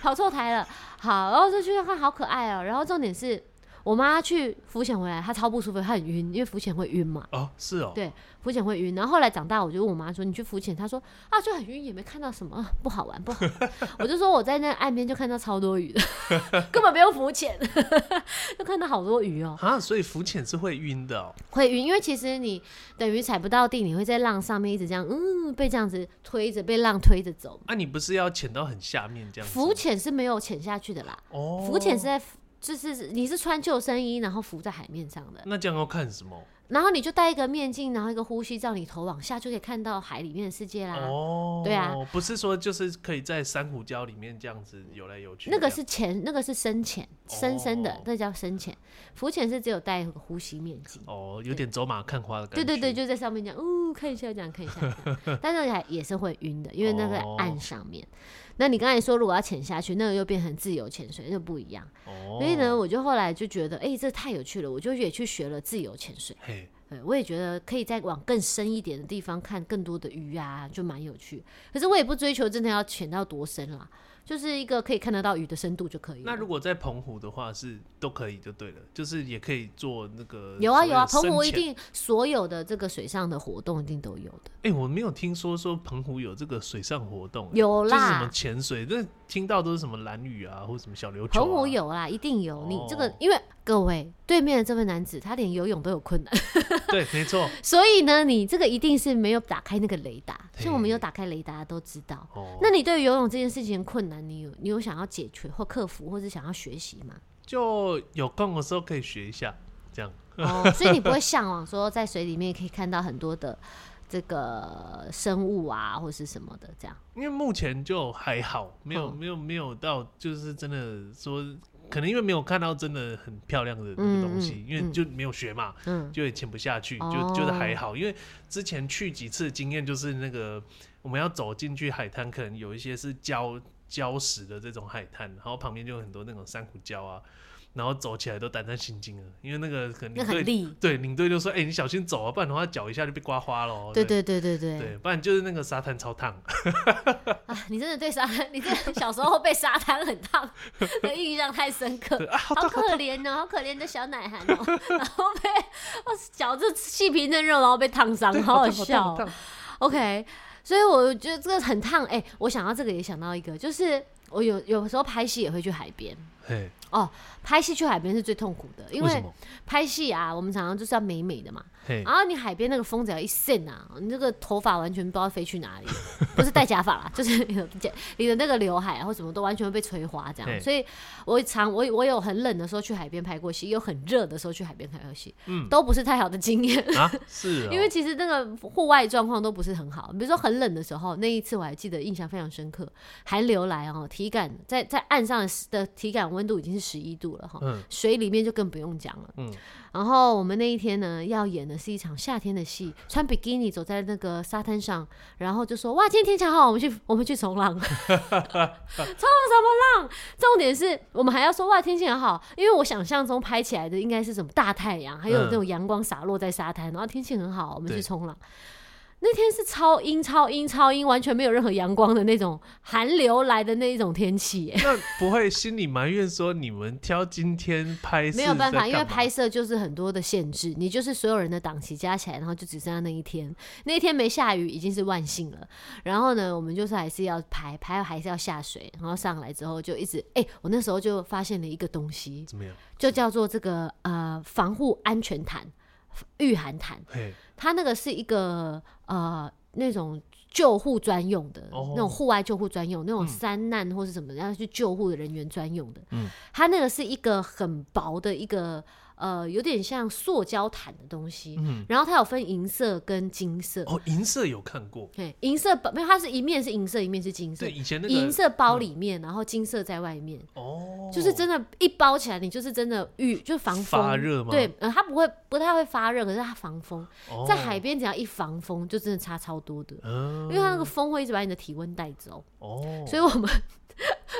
[SPEAKER 1] 跑错台了。好，然后就去看，好可爱哦、然后重点是我妈去浮潜回来，她超不舒服，她很晕，因为浮潜会晕嘛，
[SPEAKER 2] 哦，是哦，
[SPEAKER 1] 对浮潜会晕。然后后来长大，我就问我妈说：“你去浮潜？”她说：“啊，就很晕，也没看到什么，啊不好玩，不好玩。” (laughs) 我就说我在那岸边就看到超多鱼的， (laughs) 根本不用浮潜， (laughs) 就看到好多鱼哦、
[SPEAKER 2] 啊，所以浮潜是会晕的哦。
[SPEAKER 1] 会晕，因为其实你等于踩不到地，你会在浪上面一直这样，嗯，被这样子推着，被浪推着走。
[SPEAKER 2] 啊，你不是要潜到很下面这样子吗？
[SPEAKER 1] 浮潜是没有潜下去的啦，
[SPEAKER 2] 哦，
[SPEAKER 1] 浮潜是在浮就是你是穿救生衣，然后浮在海面上的，
[SPEAKER 2] 那这样要看什么？
[SPEAKER 1] 然后你就戴一个面镜，然后一个呼吸罩，你头往下就可以看到海里面的世界啦。
[SPEAKER 2] 哦，
[SPEAKER 1] 对啊，
[SPEAKER 2] 不是说就是可以在珊瑚礁里面这样子游来游去这
[SPEAKER 1] 那
[SPEAKER 2] 样，
[SPEAKER 1] 个是潜，那个是深潜，深深的
[SPEAKER 2] 哦，
[SPEAKER 1] 那叫深潜。浮潜是只有戴一个呼吸面镜。
[SPEAKER 2] 哦，有点走马看花的感
[SPEAKER 1] 对
[SPEAKER 2] 觉。
[SPEAKER 1] 对对，就在上面讲，嗯，看一下这样，看一下这
[SPEAKER 2] (laughs)
[SPEAKER 1] 样，但是还也是会晕的，因为那个
[SPEAKER 2] 哦
[SPEAKER 1] 岸上面。那你刚才说，如果要潜下去，那个又变成自由潜水，就不一样。
[SPEAKER 2] 哦，
[SPEAKER 1] 所以呢，，我就后来就觉得，哎、这太有趣了，我就也去学了自由潜水。
[SPEAKER 2] 嘿，
[SPEAKER 1] 对，我也觉得可以再往更深一点的地方看更多的鱼啊，就蛮有趣。可是我也不追求真的要潜到多深啦，就是一个可以看得到鱼的深度就可以了。
[SPEAKER 2] 那如果在澎湖的话是都可以就对了，就是也可以做那个
[SPEAKER 1] 有啊有啊，
[SPEAKER 2] 所
[SPEAKER 1] 澎
[SPEAKER 2] 谓的
[SPEAKER 1] 湖一
[SPEAKER 2] 深潜。
[SPEAKER 1] 定所有的这个水上的活动一定都有的，
[SPEAKER 2] 哎、我没有听说说澎湖有这个水上活动、欸
[SPEAKER 1] 有
[SPEAKER 2] 就是什么
[SPEAKER 1] 啦，
[SPEAKER 2] 潜水，那听到都是什么蓝屿啊，或者什么小琉球、啊。
[SPEAKER 1] 澎湖，有啦，一定有。你这个
[SPEAKER 2] 哦，
[SPEAKER 1] 因为各位对面的这位男子他连游泳都有困难， (laughs)
[SPEAKER 2] 对，没错。
[SPEAKER 1] 所以呢，你这个一定是没有打开那个雷达，
[SPEAKER 2] 对
[SPEAKER 1] 像我们有打开雷达都知道。
[SPEAKER 2] 哦，
[SPEAKER 1] 那你对于游泳这件事情的困难，你有你有想要解决或克服，或是想要学习吗？
[SPEAKER 2] 就有空的时候可以学一下，这样。
[SPEAKER 1] 哦，所以你不
[SPEAKER 2] (laughs)
[SPEAKER 1] 会向往说在水里面可以看到很多的这个生物啊，或是什么的这样。
[SPEAKER 2] 因为目前就还好，没有、
[SPEAKER 1] 嗯
[SPEAKER 2] 没有没有到，就是真的说，可能因为没有看到真的很漂亮的那
[SPEAKER 1] 嗯
[SPEAKER 2] 个东西，
[SPEAKER 1] 嗯
[SPEAKER 2] 因为
[SPEAKER 1] 嗯
[SPEAKER 2] 就没有学嘛，
[SPEAKER 1] 嗯，
[SPEAKER 2] 就也潜不下去，
[SPEAKER 1] 哦
[SPEAKER 2] 就觉得还好。因为之前去几次的经验就是那个我们要走进去海滩，可能有一些是礁礁石的这种海滩，然后旁边就有很多那种珊瑚礁啊，然后走起来都胆战心惊了，啊因为那个可能
[SPEAKER 1] 那
[SPEAKER 2] 领
[SPEAKER 1] 很
[SPEAKER 2] 队
[SPEAKER 1] 利。
[SPEAKER 2] 对领队就说：“哎、你小心走啊，不然的话脚一下就被刮花了。”
[SPEAKER 1] 对对对对对
[SPEAKER 2] 哦对，不然就是那个沙滩超烫。 (laughs)
[SPEAKER 1] 啊！你真的对沙 (laughs) 滩，你真的小时候被沙滩很烫的印象太深刻
[SPEAKER 2] (laughs) 对，啊，好
[SPEAKER 1] 好
[SPEAKER 2] 烫，
[SPEAKER 1] 可怜哦，好可怜的小奶孩哦， (laughs) 然后被我脚这细皮嫩肉，然后被烫伤，
[SPEAKER 2] 对
[SPEAKER 1] 好好
[SPEAKER 2] 烫
[SPEAKER 1] 笑
[SPEAKER 2] 烫
[SPEAKER 1] 哦、
[SPEAKER 2] 烫
[SPEAKER 1] OK，所以我觉得这个很烫。哎、我想到这个也想到一个，就是我有有时候拍戏也会去海边。
[SPEAKER 2] 嘿，
[SPEAKER 1] 拍戏去海边是最痛苦的，因
[SPEAKER 2] 什
[SPEAKER 1] 为
[SPEAKER 2] 么？
[SPEAKER 1] 拍戏啊，我们常常就是要美美的嘛。
[SPEAKER 2] 嘿，
[SPEAKER 1] 然后你海边那个风只要一扇啊，你这个头发完全不知道飞去哪里， (laughs) 不是戴假发啦， (laughs) 就是你的你的那个刘海啊或什么都完全会被吹花这
[SPEAKER 2] 对
[SPEAKER 1] 样。所以我常我我有很冷的时候去海边拍过戏，也有很热的时候去海边拍过戏，
[SPEAKER 2] 嗯
[SPEAKER 1] 都不是太好的经验。 (laughs)
[SPEAKER 2] 啊，是哦，
[SPEAKER 1] 因为其实那个户外状况都不是很好，比如说很冷的时候，那一次我还记得印象非常深刻，寒流来哦，体感在在岸上的的体感温度已经是十一度了哈、
[SPEAKER 2] 嗯
[SPEAKER 1] 水里面就更不用讲了。
[SPEAKER 2] 嗯，
[SPEAKER 1] 然后我们那一天呢，要演的是一场夏天的戏，穿比基尼走在那个沙滩上，然后就说哇，今天天气好，我们去我们去冲浪，冲 (laughs) 什么浪？重点是我们还要说哇，天气很好，因为我想象中拍起来的应该是什么大太阳，还有
[SPEAKER 2] 嗯
[SPEAKER 1] 那种阳光洒落在沙滩，然啊后天气很好，我们去
[SPEAKER 2] 对
[SPEAKER 1] 冲浪。那天是超阴、超阴、超阴，完全没有任何阳光的那种寒流来的那一种天气耶、
[SPEAKER 2] 那不会心里埋怨说你们挑今天拍是
[SPEAKER 1] 没有办
[SPEAKER 2] 在
[SPEAKER 1] 法，因为
[SPEAKER 2] 干嘛
[SPEAKER 1] 拍摄就是很多的限制，你就是所有人的档期加起来，然后就只剩下那一天。那一天没下雨已经是万幸了。然后呢，我们就是还是要拍，拍还是要下水，然后上来之后就一直，哎、我那时候就发现了一个东西，
[SPEAKER 2] 怎么样？
[SPEAKER 1] 就叫做这个呃防护安全毯、御寒毯，
[SPEAKER 2] 嘿，
[SPEAKER 1] 它那个是一个呃那种。救护专用的、
[SPEAKER 2] 哦
[SPEAKER 1] 那种户外救护专用，那种
[SPEAKER 2] 嗯
[SPEAKER 1] 山难或是什么要去救护的人员专用的，
[SPEAKER 2] 嗯，
[SPEAKER 1] 它那个是一个很薄的一个呃，有点像塑胶毯的东西，
[SPEAKER 2] 嗯，
[SPEAKER 1] 然后它有分银色跟金色。
[SPEAKER 2] 哦，银色有看过，
[SPEAKER 1] 对，银色包没有，它是一面是银色，一面是金色
[SPEAKER 2] 对，。以前那
[SPEAKER 1] 银
[SPEAKER 2] 个
[SPEAKER 1] 色包里面，然后金色在外面，
[SPEAKER 2] 哦，
[SPEAKER 1] 就是真的，一包起来你就是真的遇就防风
[SPEAKER 2] 发热吗
[SPEAKER 1] 对，呃，它不会不太会发热，可是它防风，
[SPEAKER 2] 哦
[SPEAKER 1] 在海，边只要一防风，就真的差超多的，因
[SPEAKER 2] 嗯，
[SPEAKER 1] 为它那个风会一直把你的体温带走。
[SPEAKER 2] 哦，
[SPEAKER 1] (laughs) 所以我们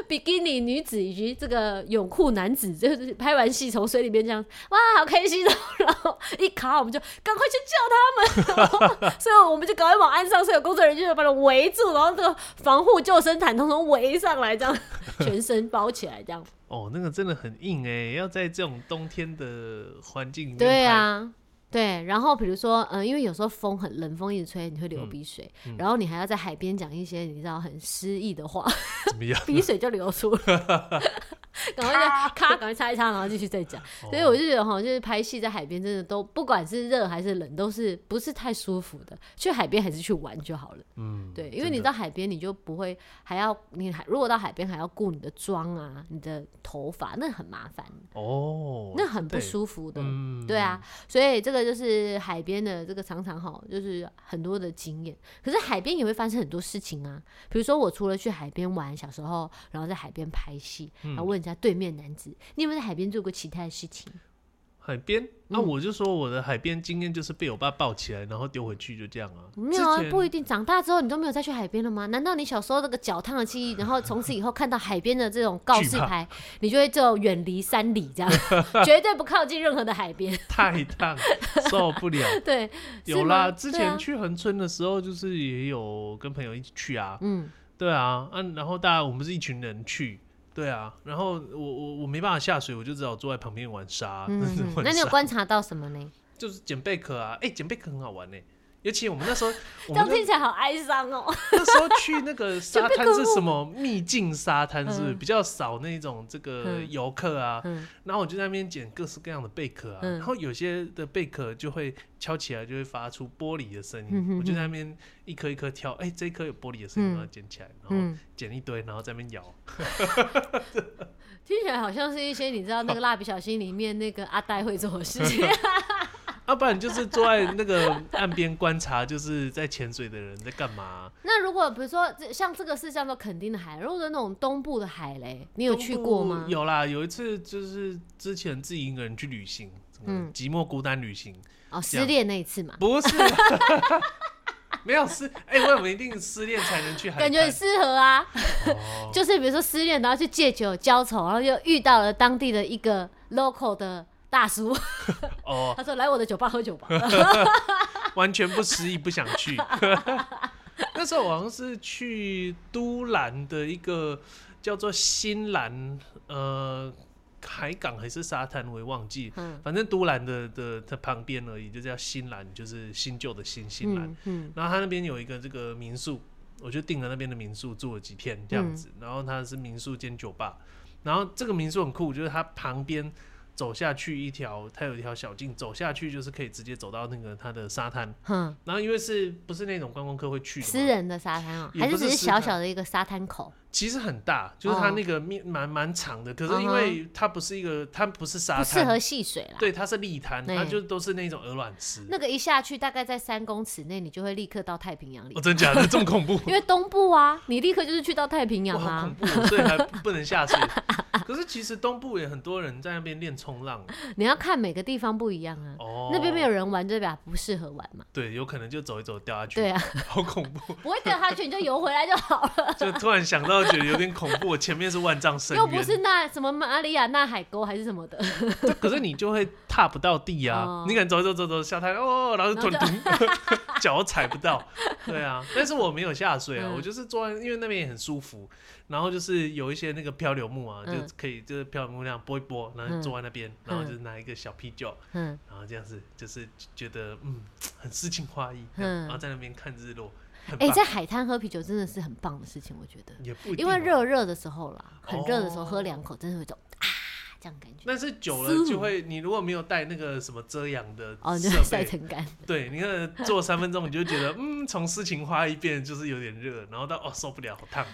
[SPEAKER 1] 比基尼女子以及这个泳裤男子，就是拍完戏从水里面这样，哇，好开心哦！然后一卡，我们就赶快去救他们， (laughs) 所以我们就赶快往岸上，所有工作人员就把他们围住，然后这个防护救生毯通通围上来，这样 (laughs) 全身包起来，这样。
[SPEAKER 2] 哦，那个真的很硬哎，要在这种冬天的环境里面
[SPEAKER 1] 对
[SPEAKER 2] 拍，
[SPEAKER 1] 啊，对。然后比如说，嗯、因为有时候风很冷，风一直吹，你会流
[SPEAKER 2] 嗯
[SPEAKER 1] 鼻水，
[SPEAKER 2] 嗯
[SPEAKER 1] 然后你还要在海边讲一些你知道很诗意的
[SPEAKER 2] (laughs)
[SPEAKER 1] 话，(laughs)
[SPEAKER 2] 怎么样？
[SPEAKER 1] 鼻水就流
[SPEAKER 2] (laughs)
[SPEAKER 1] 出了，赶快就咔，赶快擦一擦，然后继续再讲。所以我
[SPEAKER 2] 哦
[SPEAKER 1] 就觉得哈，就是拍戏在海边真的都不管是热还是冷，都是不是太舒服的。去海边还是去玩就好了。
[SPEAKER 2] 嗯，
[SPEAKER 1] 对，因为
[SPEAKER 2] 真
[SPEAKER 1] 你
[SPEAKER 2] 的
[SPEAKER 1] 到海边你就不会还要你还如果到海边还要顾你的妆啊、你的头发，那很麻烦，
[SPEAKER 2] 哦，
[SPEAKER 1] 那很不
[SPEAKER 2] 对
[SPEAKER 1] 舒服的。
[SPEAKER 2] 嗯，
[SPEAKER 1] 对啊，，所以这个就是海边的这个常常哈，就是很多的经验。可是海边也会发生很多事情啊，比如说我除了去海边玩，小时候然后在海边拍戏，然
[SPEAKER 2] 嗯
[SPEAKER 1] 后问人家对面男子，你有没有在海边做过其他的事情？
[SPEAKER 2] 海边，那、
[SPEAKER 1] 嗯
[SPEAKER 2] 我就说我的海边经验就是被我爸抱起来，然后丢回去，就这样啊。
[SPEAKER 1] 没有啊
[SPEAKER 2] 之，前
[SPEAKER 1] 不一定。长大之后你都没有再去海边了吗？难道你小时候那个脚烫的记忆，然后从此以后看到海边的这种告示
[SPEAKER 2] 惧怕
[SPEAKER 1] 牌，你就会就远离山里这样，绝对不靠近任何的海边？ (laughs)
[SPEAKER 2] (laughs) 太烫，受不了。
[SPEAKER 1] 对，是
[SPEAKER 2] 有啦，
[SPEAKER 1] 吗
[SPEAKER 2] 之
[SPEAKER 1] 对啊
[SPEAKER 2] 前去恒春的时候，就是也有跟朋友一起去啊，
[SPEAKER 1] 嗯，
[SPEAKER 2] 对啊，啊，然后大家我们是一群人去，对啊，然后我我我没办法下水，我就只好坐在旁边玩沙，
[SPEAKER 1] 嗯
[SPEAKER 2] 啊真的
[SPEAKER 1] 嗯，
[SPEAKER 2] (laughs) 玩
[SPEAKER 1] 那你有
[SPEAKER 2] 沙
[SPEAKER 1] 观察到什么呢？
[SPEAKER 2] 就是捡贝壳啊，哎、捡贝壳很好玩呢、尤其我们
[SPEAKER 1] (laughs)
[SPEAKER 2] 那时候，我
[SPEAKER 1] 这
[SPEAKER 2] 们
[SPEAKER 1] 样听
[SPEAKER 2] 那
[SPEAKER 1] 起来好哀伤哦。 (laughs)
[SPEAKER 2] 那时候去那个沙
[SPEAKER 1] 贝
[SPEAKER 2] 滩
[SPEAKER 1] 壳
[SPEAKER 2] 是
[SPEAKER 1] 屋
[SPEAKER 2] 什么秘境沙滩，是不是、
[SPEAKER 1] 嗯
[SPEAKER 2] 比较少那种这个
[SPEAKER 1] 嗯
[SPEAKER 2] 游客啊？
[SPEAKER 1] 嗯，
[SPEAKER 2] 然后我就在那边捡各式各样的贝壳啊，
[SPEAKER 1] 嗯
[SPEAKER 2] 然后有些的贝壳就会敲起来，就会发出玻璃的声音。
[SPEAKER 1] 嗯哼哼
[SPEAKER 2] 我就在那边一颗一颗挑，哎、这一颗有玻璃的声音，
[SPEAKER 1] 嗯
[SPEAKER 2] 然后捡起来，然后
[SPEAKER 1] 嗯
[SPEAKER 2] 捡一堆，然后在那边摇。
[SPEAKER 1] 听起来好像是一些你知道
[SPEAKER 2] (laughs)
[SPEAKER 1] 那个蜡笔小新里面那个阿呆会做的事情。
[SPEAKER 2] 要、啊不然就是坐在那个岸边观察，就是在潜水的人在干嘛、
[SPEAKER 1] 那如果比如说这像这个是叫做垦丁的海，如果是那种东部的海嘞， (laughs) 你有去过吗
[SPEAKER 2] 东部？有啦，有一次就是之前自己一个人去旅行，嗯
[SPEAKER 1] 嗯，
[SPEAKER 2] 寂寞孤单旅行，
[SPEAKER 1] 哦，
[SPEAKER 2] 这
[SPEAKER 1] 失
[SPEAKER 2] 样
[SPEAKER 1] 恋那一次嘛，(laughs)
[SPEAKER 2] 不是，没有失，哎、为什么一定失恋才能去海滩？
[SPEAKER 1] 感觉很适合啊。
[SPEAKER 2] 哦
[SPEAKER 1] 就是比如说失恋，然后去借酒浇愁，然后又遇到了当地的一个 local 的大叔，
[SPEAKER 2] 哦，
[SPEAKER 1] 他说来我的酒吧喝酒
[SPEAKER 2] (laughs)
[SPEAKER 1] 吧。嗯
[SPEAKER 2] 完全不失忆，不想去。 (laughs) 那时候我好像是去都兰的一个叫做新兰呃海港还是沙滩，我也忘记。
[SPEAKER 1] 嗯
[SPEAKER 2] 反正都兰的的它旁边而已，就叫新兰，就是新旧的新新兰。
[SPEAKER 1] 嗯嗯
[SPEAKER 2] 然后他那边有一个这个民宿，我就订了那边的民宿住了几天这样
[SPEAKER 1] 嗯
[SPEAKER 2] 子。然后它是民宿兼酒吧，然后这个民宿很酷，就是它旁边走下去一条，它有一条小径，走下去就是可以直接走到那个它的沙滩。
[SPEAKER 1] 哼，
[SPEAKER 2] 然后因为是不是那种观光客会去
[SPEAKER 1] 嗯私
[SPEAKER 2] 的嘛，
[SPEAKER 1] 人的沙滩哦，
[SPEAKER 2] 也
[SPEAKER 1] 还
[SPEAKER 2] 不
[SPEAKER 1] 是
[SPEAKER 2] 是
[SPEAKER 1] 只是
[SPEAKER 2] 私滩
[SPEAKER 1] 小小的一个沙滩口？
[SPEAKER 2] 其实很大，就是它那个面蛮蛮长的，可是因为它不是一个，它不是沙
[SPEAKER 1] 嗯不适合
[SPEAKER 2] 滩，
[SPEAKER 1] 戏水啦。
[SPEAKER 2] 对，它是立滩，
[SPEAKER 1] 对
[SPEAKER 2] 它就都是那种鹅卵石。
[SPEAKER 1] 那个一下去大概在三公尺内，你就会立刻到太平洋里
[SPEAKER 2] 哦，，
[SPEAKER 1] (laughs)
[SPEAKER 2] 真假的这么恐怖？
[SPEAKER 1] 因为东部啊，你立刻就是去到太平洋
[SPEAKER 2] 哇，好恐
[SPEAKER 1] 啊，
[SPEAKER 2] 怖哦，所以还不不能
[SPEAKER 1] (laughs)
[SPEAKER 2] 下水。可是其实东部也很多人在那边练冲浪
[SPEAKER 1] 你要看每个地方不一样啊。
[SPEAKER 2] 哦，
[SPEAKER 1] 那边没有，人玩，对吧？不适合玩嘛。
[SPEAKER 2] 对，有可能就走一走掉下去，
[SPEAKER 1] 对啊，
[SPEAKER 2] 好恐怖，
[SPEAKER 1] 不会掉下去你就游回来就好了，
[SPEAKER 2] 就突然想到觉得有点恐怖，我前面是万丈
[SPEAKER 1] (laughs)
[SPEAKER 2] 深
[SPEAKER 1] 又不
[SPEAKER 2] 渊，
[SPEAKER 1] 是那什么马里亚纳海沟还是什么
[SPEAKER 2] (laughs)
[SPEAKER 1] 的。
[SPEAKER 2] 对可是你就会踏不到地啊
[SPEAKER 1] 哦，
[SPEAKER 2] 你可能走一走走走下台哦，然后就
[SPEAKER 1] 然
[SPEAKER 2] 咚咚， (laughs) 脚踩不到，对啊，但是我没有下水啊，
[SPEAKER 1] 嗯
[SPEAKER 2] 我就是坐在，因为那边也很舒服，然后就是有一些那个漂流木啊，就
[SPEAKER 1] 嗯
[SPEAKER 2] 可以就是漂流木那样拨一拨，然后就坐在那边，然后
[SPEAKER 1] 嗯
[SPEAKER 2] 就是拿一个小啤酒。
[SPEAKER 1] 嗯，
[SPEAKER 2] 然后这样子就是觉得嗯很诗情画意，
[SPEAKER 1] 嗯
[SPEAKER 2] 然后在那边看日落，很
[SPEAKER 1] 哎、
[SPEAKER 2] 棒。
[SPEAKER 1] 在海滩喝啤酒真的是很棒的事情，我觉得，
[SPEAKER 2] 也不一定
[SPEAKER 1] 因为
[SPEAKER 2] 啊，
[SPEAKER 1] 热热的时候啦，很热的时候
[SPEAKER 2] 哦
[SPEAKER 1] 喝两口，真的会走啊这样感觉。
[SPEAKER 2] 但是久了
[SPEAKER 1] 丝
[SPEAKER 2] 就
[SPEAKER 1] 舞
[SPEAKER 2] 会，你如果没有带那个什么遮阳的
[SPEAKER 1] 哦，你就
[SPEAKER 2] 设
[SPEAKER 1] 晒
[SPEAKER 2] 备，
[SPEAKER 1] 成干。
[SPEAKER 2] 对，你看做三分钟你就觉得嗯从诗情画意变就是有点热，然后到哦受不了好烫，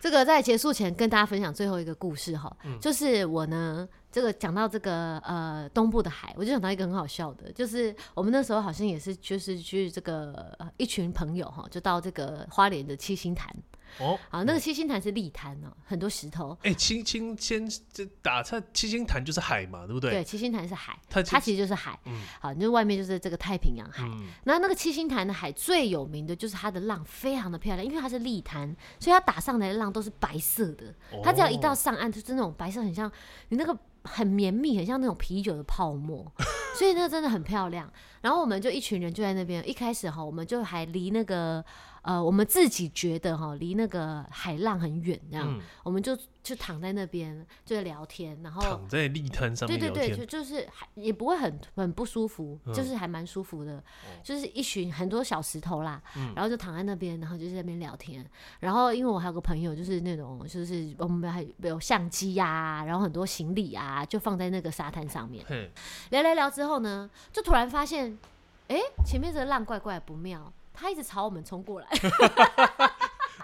[SPEAKER 1] 这个在结束前跟大家分享最后一个故事哈，
[SPEAKER 2] 嗯
[SPEAKER 1] 就是我呢，这个讲到这个呃东部的海，我就想到一个很好笑的，就是我们那时候好像也是就是去这个呃一群朋友哈，就到这个花莲的七星潭
[SPEAKER 2] 哦。
[SPEAKER 1] 啊，那个七星潭是立滩哦，很多石头，
[SPEAKER 2] 哎、青青先这打岔，七星潭就是海嘛，对不对？
[SPEAKER 1] 对，七星潭是海，
[SPEAKER 2] 它
[SPEAKER 1] 它其实就是海，
[SPEAKER 2] 嗯
[SPEAKER 1] 好，就是外面就是这个太平洋海。
[SPEAKER 2] 嗯
[SPEAKER 1] 那那个七星潭的海最有名的就是它的浪非常的漂亮，因为它是立滩，所以它打上来的浪都是白色的。它只要一到
[SPEAKER 2] 哦
[SPEAKER 1] 上岸，就是那种白色，很像你那个很绵密，很像那种啤酒的泡沫， (laughs) 所以那个真的很漂亮。然后我们就一群人就在那边，一开始哈，我们就还离那个呃，我们自己觉得哈，离那个海浪很远，这样、
[SPEAKER 2] 嗯
[SPEAKER 1] 我们就就躺在那边就在聊天，然后
[SPEAKER 2] 躺在立滩上
[SPEAKER 1] 对对
[SPEAKER 2] 面聊
[SPEAKER 1] 对，
[SPEAKER 2] 天，
[SPEAKER 1] 就就是还也不会很很不舒服，就
[SPEAKER 2] 嗯
[SPEAKER 1] 是还蛮舒服的，就是一群很多小石头啦，然后就躺在那边，然后就在那边聊天。然后因为我还有个朋友，就是那种就是我们还有相机呀、然后很多行李啊，就放在那个沙滩上面
[SPEAKER 2] 嘿，
[SPEAKER 1] 聊聊聊之后呢，就突然发现，哎，前面这个浪怪怪不妙，它一直朝我们冲过来，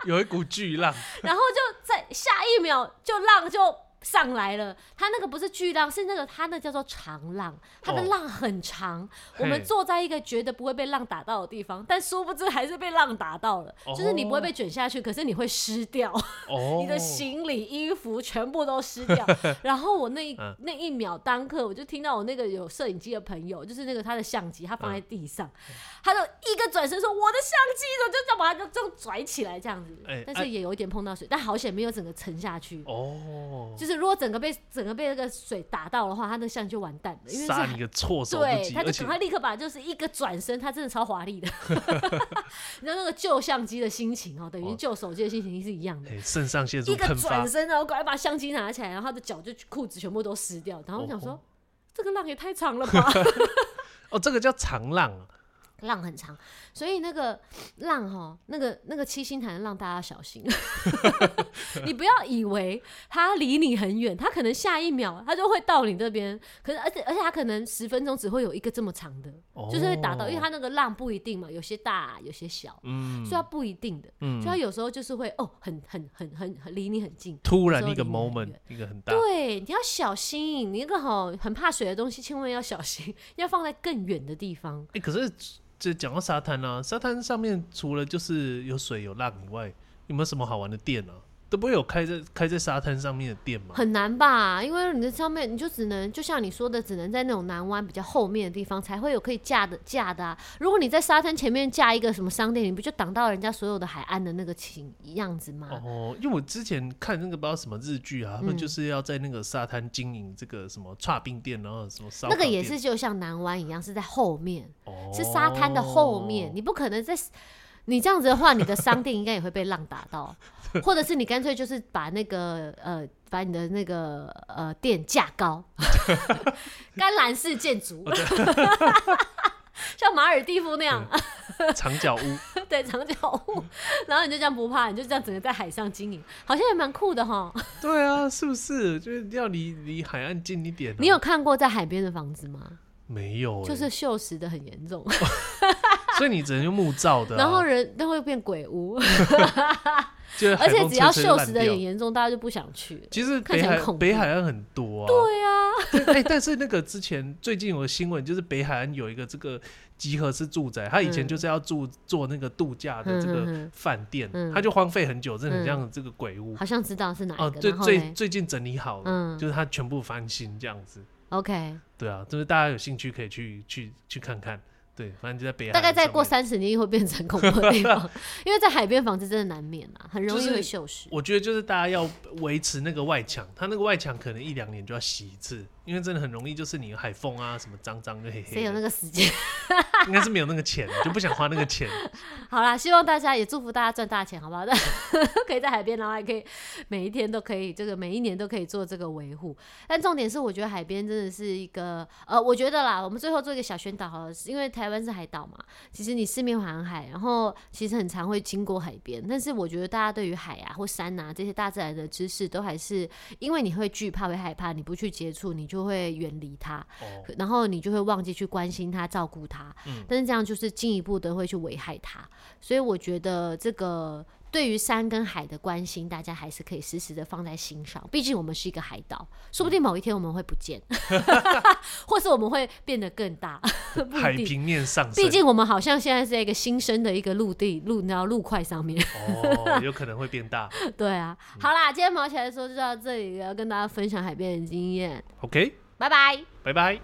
[SPEAKER 2] 有一股巨
[SPEAKER 1] (laughs)
[SPEAKER 2] 浪，
[SPEAKER 1] 然后就在下一秒就浪就。上来了，它那个不是巨浪，是那个它那叫做长浪，它的
[SPEAKER 2] 哦
[SPEAKER 1] 浪很长，我
[SPEAKER 2] 嘿
[SPEAKER 1] 们坐在一个觉得不会被浪打到的地方，但殊不知还是被浪打到了。就是你不会被卷下去，可是你会湿掉，
[SPEAKER 2] 哦，
[SPEAKER 1] 你的行李、衣服全部都湿
[SPEAKER 2] (laughs)
[SPEAKER 1] 掉。然后我那一、
[SPEAKER 2] 嗯
[SPEAKER 1] 那一秒当刻，我就听到我那个有摄影机的朋友，就是那个他的相机，他放在地上，
[SPEAKER 2] 嗯
[SPEAKER 1] 他就一个转身说：“我的相机呢？”就这样把它就这样拽起来这样子。
[SPEAKER 2] 哎
[SPEAKER 1] 但是也有一点碰到水，但好险没有整个沉下去。
[SPEAKER 2] 哦，
[SPEAKER 1] 就是如果整个被整个被那个水打到的话，他那像就完蛋了，因为是
[SPEAKER 2] 杀你
[SPEAKER 1] 很
[SPEAKER 2] 个措手不
[SPEAKER 1] 对，
[SPEAKER 2] 及，
[SPEAKER 1] 他
[SPEAKER 2] 而
[SPEAKER 1] 就
[SPEAKER 2] 且
[SPEAKER 1] 赶快立刻把就是一个转身，他真的超华丽的。 (laughs) 你知道那个旧相机的心情哦，等于
[SPEAKER 2] 哇
[SPEAKER 1] 旧手机的心情是一样的。
[SPEAKER 2] 哎肾上腺素
[SPEAKER 1] 一个
[SPEAKER 2] 喷发
[SPEAKER 1] 转，身然后赶快把相机拿起来，然后他的脚就裤子全部都湿掉。然后我想说，
[SPEAKER 2] 哦
[SPEAKER 1] 这个浪也太长了吧，
[SPEAKER 2] (laughs) 哦，这个叫长浪啊，
[SPEAKER 1] 浪很长，所以那个浪哈，那个那个七星潭的浪，大家要小心。 (laughs) 你不要以为它离你很远，它可能下一秒它就会到你这边。可是而且而且它可能十分钟只会有一个这么长的，
[SPEAKER 2] 哦
[SPEAKER 1] 就是会打到，因为它那个浪不一定嘛，有些大，有些小，
[SPEAKER 2] 嗯
[SPEAKER 1] 所以它不一定的，
[SPEAKER 2] 嗯
[SPEAKER 1] 所以它有时候就是会哦，很很很很很离你很近。
[SPEAKER 2] 突然一
[SPEAKER 1] 有时
[SPEAKER 2] 个
[SPEAKER 1] 候离你很
[SPEAKER 2] moment
[SPEAKER 1] 远
[SPEAKER 2] 一个很大，
[SPEAKER 1] 对，你要小心，你那个吼很怕水的东西，千万要小心， (laughs) 要放在更远的地方。
[SPEAKER 2] 哎、可是这讲到沙滩啊，沙滩上面除了就是有水有浪以外，有没有什么好玩的店啊？都不会有开在开在沙滩上面的店吗？
[SPEAKER 1] 很难吧？因为你在上面，你就只能就像你说的，只能在那种南湾比较后面的地方才会有可以架的架的、啊。如果你在沙滩前面架一个什么商店，你不就挡到人家所有的海岸的那个情样子吗？
[SPEAKER 2] 哦，因为我之前看那个不知道什么日剧啊，他
[SPEAKER 1] 嗯
[SPEAKER 2] 们就是要在那个沙滩经营这个什么串冰店，然后什么烧
[SPEAKER 1] 那
[SPEAKER 2] 烤
[SPEAKER 1] 个
[SPEAKER 2] 店
[SPEAKER 1] 也是就像南湾一样，是在后面，
[SPEAKER 2] 哦
[SPEAKER 1] 是沙滩的后面，你不可能在。你这样子的话，你的商店应该也会被浪打到，
[SPEAKER 2] (laughs)
[SPEAKER 1] 或者是你干脆就是把那个呃，把你的那个呃店架
[SPEAKER 2] (laughs)
[SPEAKER 1] 高，甘蓝式建筑，
[SPEAKER 2] 哦
[SPEAKER 1] (laughs) 像马尔蒂夫那样，
[SPEAKER 2] 长脚屋，
[SPEAKER 1] (laughs) 对长脚屋，然后你就这样不怕，你就这样整个在海上经营，好像也蛮酷的哈。
[SPEAKER 2] 对啊，是不是？就是要离离海岸近一点啊、
[SPEAKER 1] (laughs) 你有看过在海边的房子吗？
[SPEAKER 2] 没有、欸？
[SPEAKER 1] 就是锈蚀的很严重，
[SPEAKER 2] 所以你只能用木造的啊、
[SPEAKER 1] 然后人那会变鬼屋，
[SPEAKER 2] 就是啊海
[SPEAKER 1] 而且
[SPEAKER 2] 风
[SPEAKER 1] 只
[SPEAKER 2] 吹
[SPEAKER 1] 要
[SPEAKER 2] 吹
[SPEAKER 1] 锈
[SPEAKER 2] 烂
[SPEAKER 1] 蚀的
[SPEAKER 2] 掉
[SPEAKER 1] 很严重，大家就不想去了。
[SPEAKER 2] 其实
[SPEAKER 1] 看
[SPEAKER 2] 北
[SPEAKER 1] 起来
[SPEAKER 2] 海
[SPEAKER 1] 很恐怖
[SPEAKER 2] 北海岸很多啊，对
[SPEAKER 1] 啊。
[SPEAKER 2] 哎、但是那个之前最近有个新闻，就是北海岸有一个这个集合式住宅，他以前
[SPEAKER 1] 嗯
[SPEAKER 2] 就是要住做那个度假的这
[SPEAKER 1] 嗯嗯
[SPEAKER 2] 个
[SPEAKER 1] 嗯
[SPEAKER 2] 饭店，
[SPEAKER 1] 嗯
[SPEAKER 2] 他就荒废很久，真的很像这个鬼屋。
[SPEAKER 1] 好像知道是哪
[SPEAKER 2] 哦，
[SPEAKER 1] 一个，
[SPEAKER 2] 最
[SPEAKER 1] 然后
[SPEAKER 2] 最
[SPEAKER 1] 嘞
[SPEAKER 2] 最近整理好了，
[SPEAKER 1] 嗯
[SPEAKER 2] 就是它全部翻新这样子。
[SPEAKER 1] ，OK，
[SPEAKER 2] 对啊，就是大家有兴趣可以去去去看看。对，反正就在北海
[SPEAKER 1] 大
[SPEAKER 2] 岸
[SPEAKER 1] 概
[SPEAKER 2] 上面。
[SPEAKER 1] 再过三十年会变成恐怖的地方， (laughs) 因为在海边房子真的难免啦，很容易
[SPEAKER 2] 就是
[SPEAKER 1] 会锈蚀。
[SPEAKER 2] 我觉得就是大家要维持那个外墙，它那个外墙可能一两年就要洗一次，因为真的很容易就是你海风啊什么脏脏的黑黑的。
[SPEAKER 1] 谁有那个时间？
[SPEAKER 2] 应该是没有那个钱，就不想花那个
[SPEAKER 1] (laughs)
[SPEAKER 2] 钱。
[SPEAKER 1] 好啦，希望大家也祝福大家赚大钱，好不好？ (laughs) 可以在海边，然后还可以每一天都可以，这个每一年都可以做这个维护。但重点是，我觉得海边真的是一个，呃，我觉得啦，我们最后做一个小宣导好了，因为台湾是海岛嘛，其实你四面环海，然后其实很常会经过海边，但是我觉得大家对于海啊或山啊这些大自然的知识，都还是因为你会惧怕、会害怕，你不去接触，你就会远离它。
[SPEAKER 2] 哦，
[SPEAKER 1] 然后你就会忘记去关心他、照顾他，但是这样就是进一步的会去危害他。所以我觉得这个对于山跟海的关心，大家还是可以时时的放在心上。毕竟我们是一个海岛，说不定某一天我们会不见， (laughs) 或是我们会变得更大，不
[SPEAKER 2] 海
[SPEAKER 1] 一定。
[SPEAKER 2] 平面上升，
[SPEAKER 1] 毕竟我们好像现在是在一个新生的一个陆地陆，然后陆块上面。 (laughs)
[SPEAKER 2] 哦，有可能会变大。
[SPEAKER 1] 对啊，好啦，今天毛起来说就到这里了，要跟大家分享海边的经验，
[SPEAKER 2] OK，
[SPEAKER 1] 拜拜。
[SPEAKER 2] 拜拜。